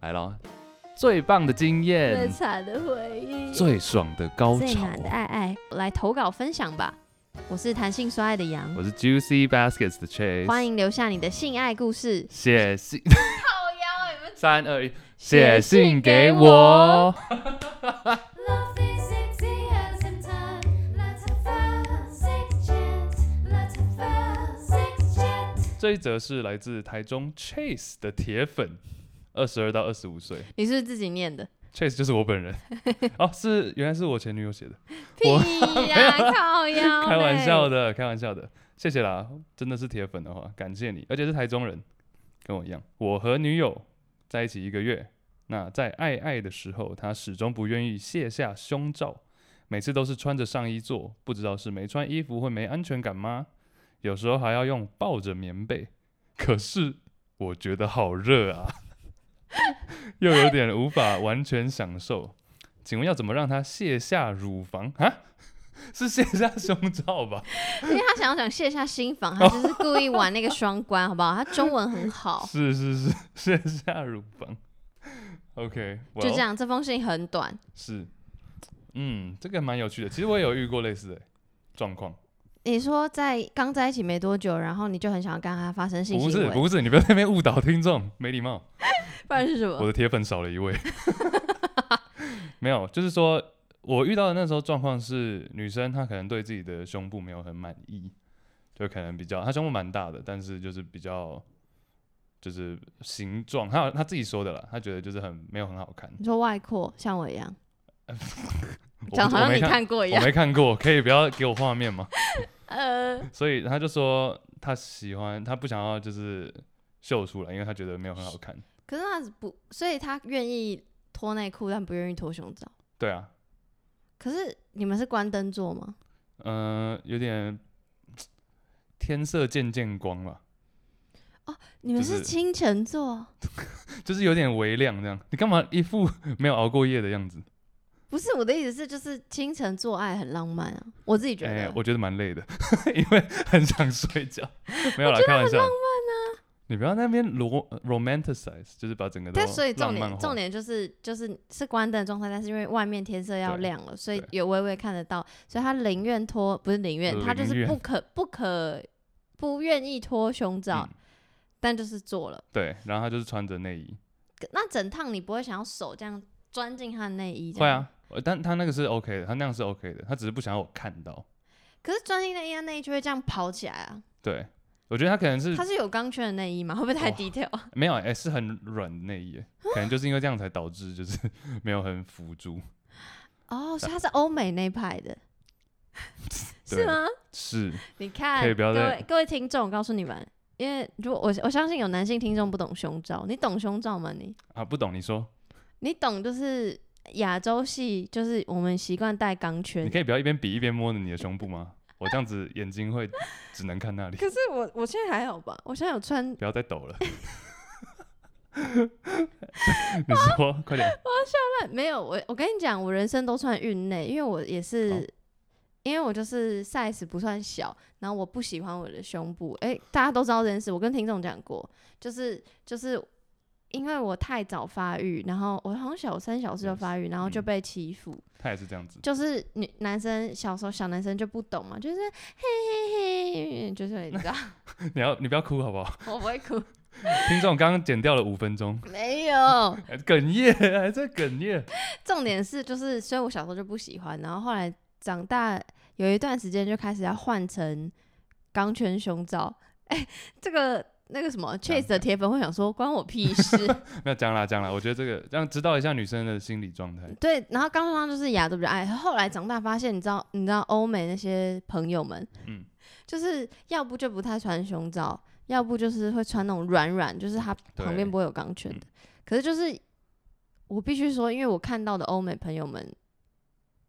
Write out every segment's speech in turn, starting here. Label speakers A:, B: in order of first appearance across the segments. A: 来咯，最棒的经
B: 最
A: 验，
B: 惨的回忆，
A: 最爽的高
C: 最
A: 潮
C: 暖。的爱爱，来投稿分享吧。我是弹性说爱的羊，
A: 我是 Juicy Baskets 的 Chase，
C: 欢迎留下你的性爱故事。
A: 写 信
B: 靠腰你们
A: 三二一，
C: 写
A: 写
C: 信
A: 信
C: 给
A: 给
C: 我
A: 我。
D: Love is easy as in time. Let's have a six chance. Let's have a six chance.
A: 这一则是来自台中 Chase 的铁粉，二十二到二十五岁
C: 你是不是自己念的？
A: ，Chase 就是我本 人。哦，是原来是我前女友写的， 我
C: 屁呀、 靠腰嘞，
A: 开玩笑的，开玩笑的，谢谢啦，真的是铁粉的话，感谢你，而且是台中人，跟我一样，我和女友在一起一个月，那在爱爱的时候，她始终不愿意卸下胸罩，每次都是穿着上衣做，不知道是没穿衣服会没安全感吗？有时候还要用抱着棉被，可是我觉得好热啊， 又有点无法完全享受。请问要怎么让她卸下乳房啊？是卸下胸罩吧？
C: 因为他想要想卸下心 防，他就是故意玩那个双关，好不好？他中文很好，
A: 是是是，卸下乳房。OK，
C: 就这
A: well，
C: 样。这封信很短，
A: 是，嗯，这个蛮有趣的。其实我也有遇过类似的状况，
C: 你说在刚在一起没多久，然后你就很想要跟他发生性
A: 不
C: 行
A: 是
C: 为，
A: 不是，你不要在那边误导听众，没礼貌。
C: 不然是什
A: 我
C: 么？
A: 的铁粉少了一位，没有，就是说我遇到的那时候状况是，女生她可能对自己的胸部没有很满意，就可能比较她胸部蛮大的，但是就是比较就是形状，她她自己说的啦，她觉得就是很没有很好看。
C: 你说外扩像我一样，
A: 我不
C: 讲好
A: 呃我没
C: 像你看过一
A: 我
C: 样。
A: 没看过，可以不要给我画面吗？
C: 呃，
A: 所以他就说他喜欢，他不想要就是秀出来，因为他觉得没有很好看。
C: 可是他不，所以他愿意脱内裤，但不愿意脱胸罩。
A: 对啊，
C: 可是你们是关灯做吗？
A: 嗯、有点天色渐渐光了，
C: 你们
A: 就是
C: 是清晨做？
A: 就是有点微亮这样。你干嘛一副没有熬过夜的样子？
C: 不是我的意思是，就是清晨做爱很浪漫啊，我自己觉
A: 哎、
C: 得。
A: 我觉得蛮累的， 因为很想睡 觉。没有啦，开玩笑。浪漫啊！你不要在那边 ro romanticize，就是把整个都
C: 但所以重
A: 浪漫
C: 点
A: 化
C: 重点就是就是是关灯的状态，但是因为外面天色要
A: 对
C: 亮了，所以
A: 对呃
C: 有微微看得到，所以他宁愿脱不是宁愿，他就
A: 宁
C: 是
A: 愿
C: 不可不可不愿意脱胸罩，
A: 嗯
C: 但就是做了。
A: 对，然后他就是穿着内衣。
C: 可那整趟你不会想要手这样钻进他的内衣？
A: 会啊，，呃但他那个是 OK 的，他那样是 OK 的，他只是不想要我看到。
C: 可是钻进内衣，他内衣就会这样跑起来啊。
A: 对，我觉得他可能是
C: 它是有钢圈的内衣吗？会不会太
A: 哇
C: detail？啊
A: 没有，哎、是很软的内衣耶，可能就是因为这样才导致就是 没有很辅助。
C: 哦，所以它是欧美那一 派的，是
A: 对
C: 吗？
A: 是，
C: 你看，
A: 可以不要
C: 各
A: 再
C: 位各位听众，我告诉你们，因为如果我我相信有男性听众不懂胸罩，你懂胸罩吗？你
A: 啊，不懂你说，
C: 你懂就是亚洲系，就是我们习惯戴钢圈
A: 你。可以不要一边比一边摸着你的胸部吗？我这样子眼睛会只能看那 里，
C: 可是我我现在还好吧？我现在有穿，
A: 不要再抖了。 你说，快点，
C: 没有我我跟你讲，我人生都穿运内，因为我也是。
A: 哦
C: 因为我就是 size 不算小，然后我不喜欢我的胸部。诶，大家都知道这件事，我跟听众讲过，就是就是因为我太早发育，然后我好像小三小四就
A: Yes，
C: 发育，然后就
A: 嗯
C: 被欺负，
A: 他也是这样子，
C: 就是女男生小时候小男生就不懂嘛，就是嘿嘿嘿，就是你知道，
A: 你要你不要哭好不好？
C: 我不会哭，
A: 听众刚刚剪掉了五分钟，
C: 没有。
A: 还哽咽，还在哽咽。
C: 重点是就是，所以我小时候就不喜欢，然后后来长大有一段时间就开始要换成钢圈胸罩。 哎、这个那个什么 Chase 的铁粉会想说关我屁 事，
A: 没有讲啦讲啦，我觉得这个这样知道一下女生的心理状态。
C: 对。然后钢圈上就是亚洲比较爱，哎后来长大发现，你知道你知道欧美那些朋友们，
A: 嗯
C: 就是要不就不太穿胸罩，要不就是会穿那种软软，就是它
A: 嗯对嗯
C: 旁边不会有钢圈的。可是就是我必须说，因为我看到的欧美朋友们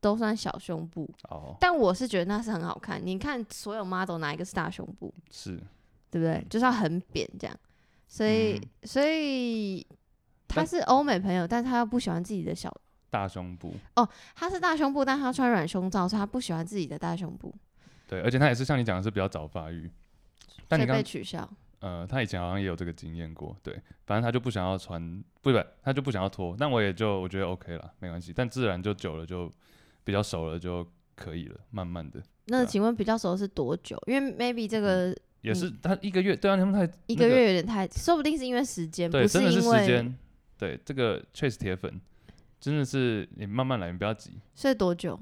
C: 都算小胸部，
A: 哦，
C: 但我是觉得那是很好看。你看所有 model 哪一个是大胸部，
A: 是，
C: 对不对
A: 嗯？
C: 就是要很扁这样，所以、
A: 嗯
C: 所以他
A: 但
C: 是欧美朋友，但他又不喜欢自己的小，
A: 大胸部，
C: 他是大胸部，但他穿软胸罩，所以他不喜欢自己的大胸部，
A: 对，而且他也是像你讲的是比较早发育，但
C: 所
A: 你
C: 以
A: 刚
C: 被取消。
A: 呃，他以前好像也有这个经验过，对，反正他就不想要穿，不不，他就不想要脱，但我也就我觉得 OK 啦，没关系，但自然就久了就比较熟了就可以了，慢慢的
C: 那
A: 对啊
C: 请问比较熟是多久？因为 maybe 这个
A: 也是
C: 嗯
A: 他一个月，对啊，他们太
C: 一
A: 那
C: 个月有点太，说不定是因为时间，
A: 对，
C: 不
A: 真的是
C: 因
A: 时
C: 为，
A: 间，对，这个确实铁粉真的是你慢慢来，你不要急，
C: 所以多久？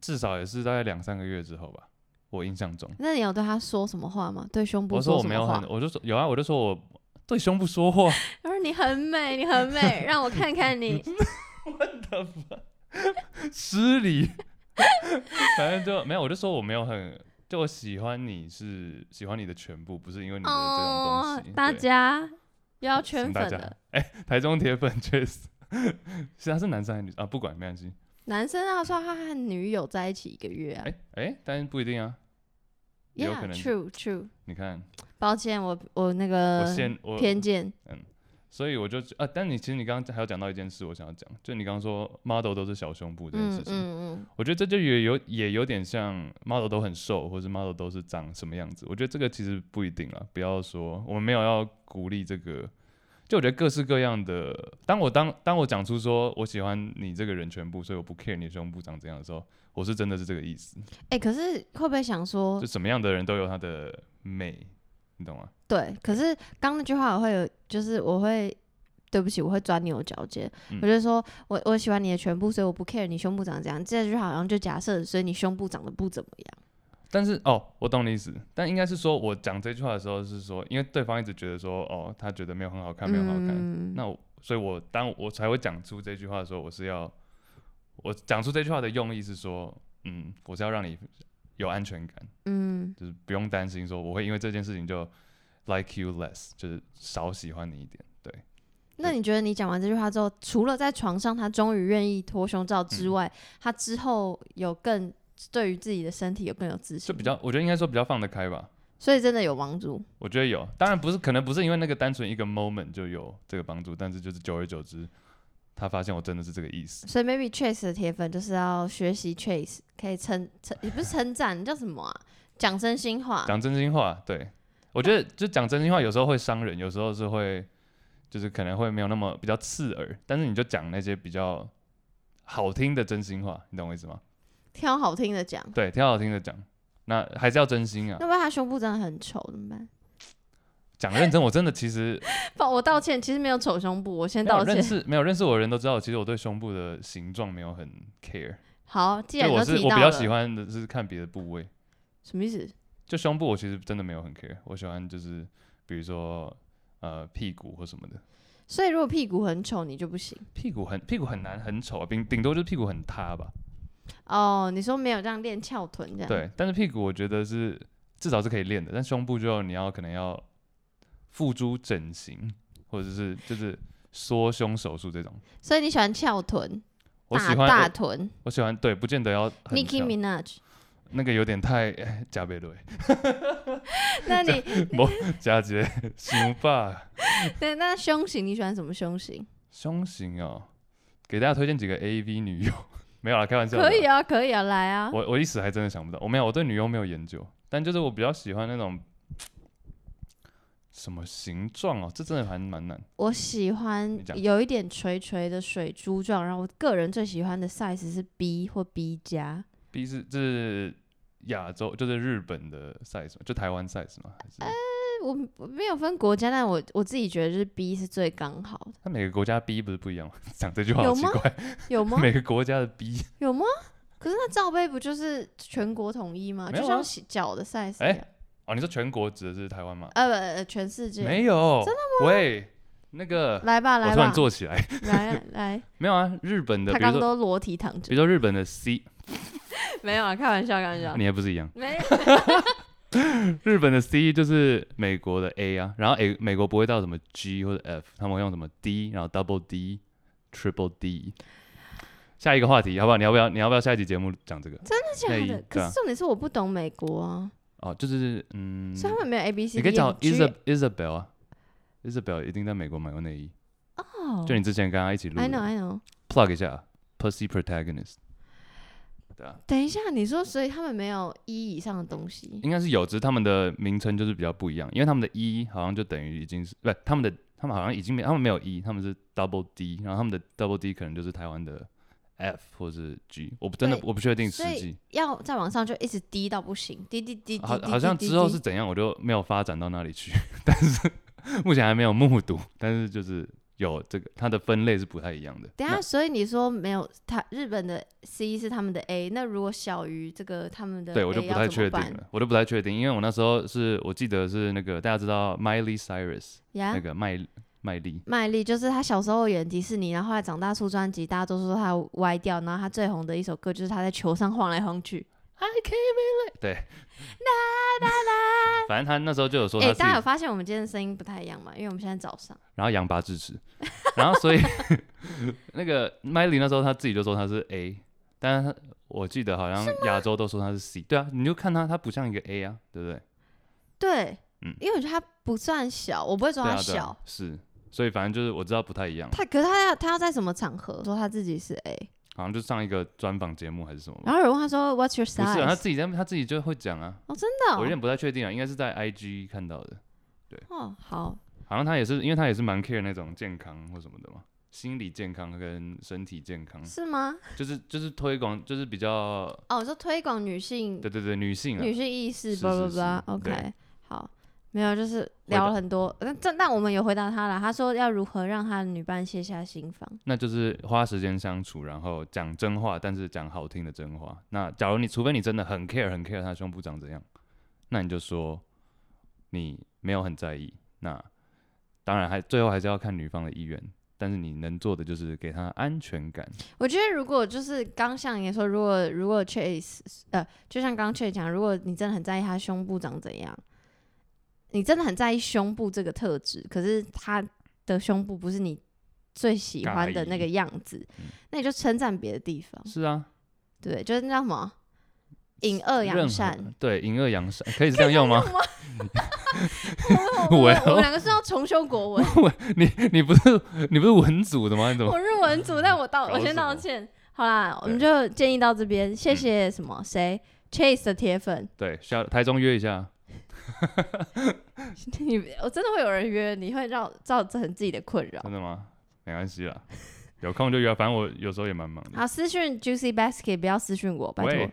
A: 至少也是大概两三个月之后吧，我印象中。
C: 那你有对他说什么话吗？对胸部
A: 我说我
C: 什
A: 没
C: 么
A: 有
C: 话
A: 很，？我就说有啊，我就说我对胸部说话，
C: 他说你很美，你很美，让我看看你。
A: 失礼， 反正就没有，我就说我没有很，就我喜欢你是喜欢你的全部，不是因为你的嗯这种
C: 哦
A: 东西。，
C: 大
A: 对
C: 家又要
A: 请
C: 圈
A: 大
C: 粉
A: 家
C: 了。，
A: 哎、台中铁粉确实， 是他是男生还是女生啊？不管没关系，
C: 男生啊，说他和女友在一起一个月啊
A: 哎、哎、但是不一定啊，也有可
C: ，Yeah
A: 能
C: true true。
A: 你看
C: 抱歉，我我那
A: 我
C: 个
A: 先我
C: 偏见，
A: 所以我就啊，但你其实你刚刚还有讲到一件事，我想要讲，就你刚刚说 model 都是小胸部这件
C: 嗯
A: 事情，
C: 嗯
A: 我觉得这就也有也有点像 model 都很瘦，或是 model 都是长什么样子。我觉得这个其实不一定了，不要说我们没有要鼓励这个。就我觉得各式各样的，当我当当我讲出说我喜欢你这个人全部，所以我不 care 你的胸部长怎样的时候，我是真的是这个意思。
C: 嗯，哎，可是会不会想说
A: 就，什么样的人都有他的美，你懂吗？
C: 对，可是刚那句话我会有，就是我会，对不起，我会钻牛角尖。
A: 嗯
C: 我就说我我喜欢你的全部，所以我不 care 你胸部长怎样。这句话好像就假设，所以你胸部长得不怎么样。
A: 但是哦，我懂你意思，但应该是说我讲这句话的时候是说，因为对方一直觉得说哦，他觉得没有很好看，没有很好看，
C: 嗯
A: 那我，所以我当我才会讲出这句话的时候，我是要我讲出这句话的用意是说，嗯，我是要让你有安全感，
C: 嗯
A: 就是不用担心说我会因为这件事情就 like you less，就是少喜欢你一点。对，
C: 那你觉得你讲完这句话之后，除了在床上他终于愿意脱胸罩
A: 嗯
C: 之外，他之后有更对于自己的身体有更有自信，
A: 就比，较，我觉得应该说比较放得开吧。
C: 所以真的有帮助。
A: 我觉得有，当然不是，可能不是因为那个单纯一个 moment 就有这个帮助，但是就是久而久之，他发现我真的是这个意思。
C: 所以 maybe Chase 的铁粉就是要学习 Chase，可以称称也不是称赞，你叫什么啊？讲真心话，
A: 讲真心话，对我觉得就讲真心话，有时候会伤人，有时候是会就是可能会没有那么比较刺耳，但是你就讲那些比较好听的真心话，你懂我意思吗？
C: 挑好听的讲。
A: 对，挺好听的讲，那还是要真心啊
C: 要。不然他胸部真的很丑怎么办？
A: 讲认真，我真的其 实
C: 不，我道歉，其实没有丑胸部，我先
A: 没有
C: 道
A: 认
C: 歉。
A: 识没有认识我的人都知道，其实我对胸部的形状没有很 care，
C: 好，既然
A: 就
C: 你都
A: 我是
C: 提
A: 我
C: 到
A: 比
C: 了，
A: 较喜欢的是看别的部位，
C: 什么意思？
A: 就胸部我其实真的没有很 care，我喜欢就是比如说呃屁股或什么的。
C: 所以如果屁股很丑，你就不行
A: 屁股很屁股很难很丑啊，顶顶多就是屁股很塌吧。
C: 哦。你说没有这样练翘臀这样？，
A: 对，但是屁股我觉得是至少是可以练的，但胸部就你要可能要付诸整形，或者是就是缩胸手术这种。
C: 所以你喜欢翘臀、
A: 我喜
C: 大
A: 欢
C: 大
A: 我
C: 臀
A: 我喜欢对，不见得要很
C: ，Nicki
A: 翘
C: Minaj。
A: 那个有点太哎加倍 了，
C: 那你
A: 加杰行吧，
C: 对 那胸型你喜欢什么胸型？
A: 胸型哦，给大家推荐几个 A V 女优， 没有啦，开玩笑的啦。
C: 可以啊，可以啊，来啊。
A: 我我一时还真的想不到，我没有，我对女优没有研究，但就是我比较喜欢那种什么形状哦，这真的还蛮难。
C: 我喜欢
A: 你讲
C: 有一点垂垂的水珠状，然后我个人最喜欢的 size 是 B 或 B 加。
A: B 是这是亚洲，就是日本的 size 嘛，就台湾 size 嘛，还是
C: 呃我我没有分国家，但我我自己觉得就是 B 是最刚好的，
A: 它每个国家 B 不是不一样吗？ 讲这句话好
C: 有
A: 奇
C: 吗
A: 怪，
C: 有吗？
A: 每个国家的 B，
C: 有吗？可是那罩杯不就是全国统一吗？
A: 没有
C: 就
A: 啊
C: 像洗脚的 size 一
A: 哎
C: 样，
A: 哦，你说全国指的是台湾吗？
C: 呃不呃，全世界。
A: 没有，真的吗？喂，那个
C: 来吧
A: 我
C: 来
A: 突然
C: 吧，
A: 坐起来，
C: 来来，
A: 没有啊，日本的，
C: 他
A: 比
C: 刚
A: 如
C: 刚
A: 说
C: 都裸体躺
A: 比
C: 着，
A: 如说日本的 C，
C: 没有啊，开玩笑开玩笑，
A: 你还不是一样？
C: 没有。
A: 日本的 C 就是美国的 A 啊，然后 A 美国不会到什么 G 或者 F，他们会用什么 D，然后 Double D、Triple D。下一个话题好不好？你要不要？你要不要下一集节目讲这个？
C: 真的
A: 内
C: 假
A: 衣
C: 的？
A: 对
C: 可
A: 啊
C: 是重点是我不懂美国啊，
A: 哦，就是嗯，
C: 所以他们没有 A B C
A: 你
C: D
A: 可以
C: E
A: 找
C: F G
A: Isab Isabel 啊，Isabel 一定在美国买过内衣，就你之前跟他一起录
C: 哦 I know
A: 的
C: I know，
A: ，plug 一下 Pussy Protagonist。对啊，
C: 等一下，你说所以他们没有一以上的东西，
A: 应该是有，只是他们的名称就是比较不一样，因为他们的一、好像就等于已经是不是他们的，他们好像已经没，他们没有一、他们是 double D，然后他们的 double D 可能就是台湾的 F 或是 G，我不真的
C: 对
A: 我不确定实
C: 所以
A: 际，
C: 要再往上就一直低到不行，低低低低
A: 好
C: 低，
A: 好像
C: 低
A: 之后
C: 低
A: 是怎样，我就没有发展到那里去， 但是目前还没有目睹，但是就是有这个它的分类是不太一样的。
C: 等一
A: 那
C: 下，所以你说没有他日本的 C 是他们的 A，那如果小于这个他们的 A
A: 对，我就不太
C: 要怎
A: 确定
C: 么办
A: 了，我就不太确定，因为我那时候是我记得是那个大家知道 Miley Cyrus、
C: 呀
A: 那。个麦麦莉，
C: 麦莉就是她小时候演迪士尼，然后后来长大出专辑，大家都说她歪掉，然后她最红的一首歌就是她在球上晃来晃去。
A: 反正他那时候就有说
C: 哎、
A: 他
C: 大家有
A: 是，
C: 发现我们今天的声音不太一样吗？因为我们现在早上。
A: 然后羊拔智齿， 然后所以那个麦莉那时候他自己就说他是 A，但是他我记得好像亚洲都说他是 C，对啊，你就看他他不像一个 A 啊，对不对？
C: 对，
A: 嗯
C: 因为我觉得她不算小，我不会说
A: 对啊，
C: 她
A: 嗯对
C: 小。
A: 啊，是，所以反正就是我知道不太一样，
C: 她可是她要她要在什么场合说她自己是 A？
A: 好像就上一个专访节目还是什么吧，
C: 然后有人问她说 What's your
A: 嗯不是、啊、他
C: size？
A: 自己在他自己就会讲啊，
C: 哦，真的
A: 我有
C: 哦
A: 点不太确定啊，应该是在 IG 看到的，
C: 哦，好，
A: 好像他也是因为他也是蛮 care 那种健康或什么的嘛。心理健康跟身体健康，
C: 是吗？
A: 就是就是推广，就是比较
C: 哦，我说推广女性
A: 对对对，女性啊，
C: 女性意识，
A: 是
C: 叭叭
A: 是
C: 叭
A: 是
C: ，OK，
A: 对
C: 好，没有，就是
A: 回答
C: 聊了很多，但但但我们有回答他了，他说要如何让他的女伴卸下心防，
A: 那就是花时间相处，然后讲真话，但是讲好听的真话。那假如你，除非你真的很 care 很 care 他胸部长怎样，那你就说你没有很在意。那当然还最后还是要看女方的意愿，但是你能做的就是给她安全感。
C: 我觉得如果就是刚像也说，如果如果 Chase 呃，就像刚 Chase 讲，如果你真的很在意他胸部长怎样，你真的很在意胸部这个特质，可是他的胸部不是你最喜欢的那个样子
A: 嗯，
C: 那你就称赞别的地方，
A: 是啊，
C: 对，就是那叫什么引恶
A: 任
C: 扬
A: 何
C: 善。
A: 对，引恶扬善可以是这样用吗？
C: 我
A: 我
C: 们
A: 要
C: 我们两个是要重修国文，
A: 你你不是你不是文组的吗？你怎么
C: 我日文组，但我道
A: 搞
C: 我先
A: 什么
C: 道歉。好啦，我们
A: 对嗯
C: 就建议到这边，谢谢什么谁 Chase 的铁粉，
A: 对？下台中约一下，
C: 你我真的会有人约，你会让造成自己的困 扰
A: 真。的吗？没关系啦，有空就约，反正我有时候也蛮忙的。
C: 好，私讯 Juicy Basket，不要私讯我，拜托
A: 喂。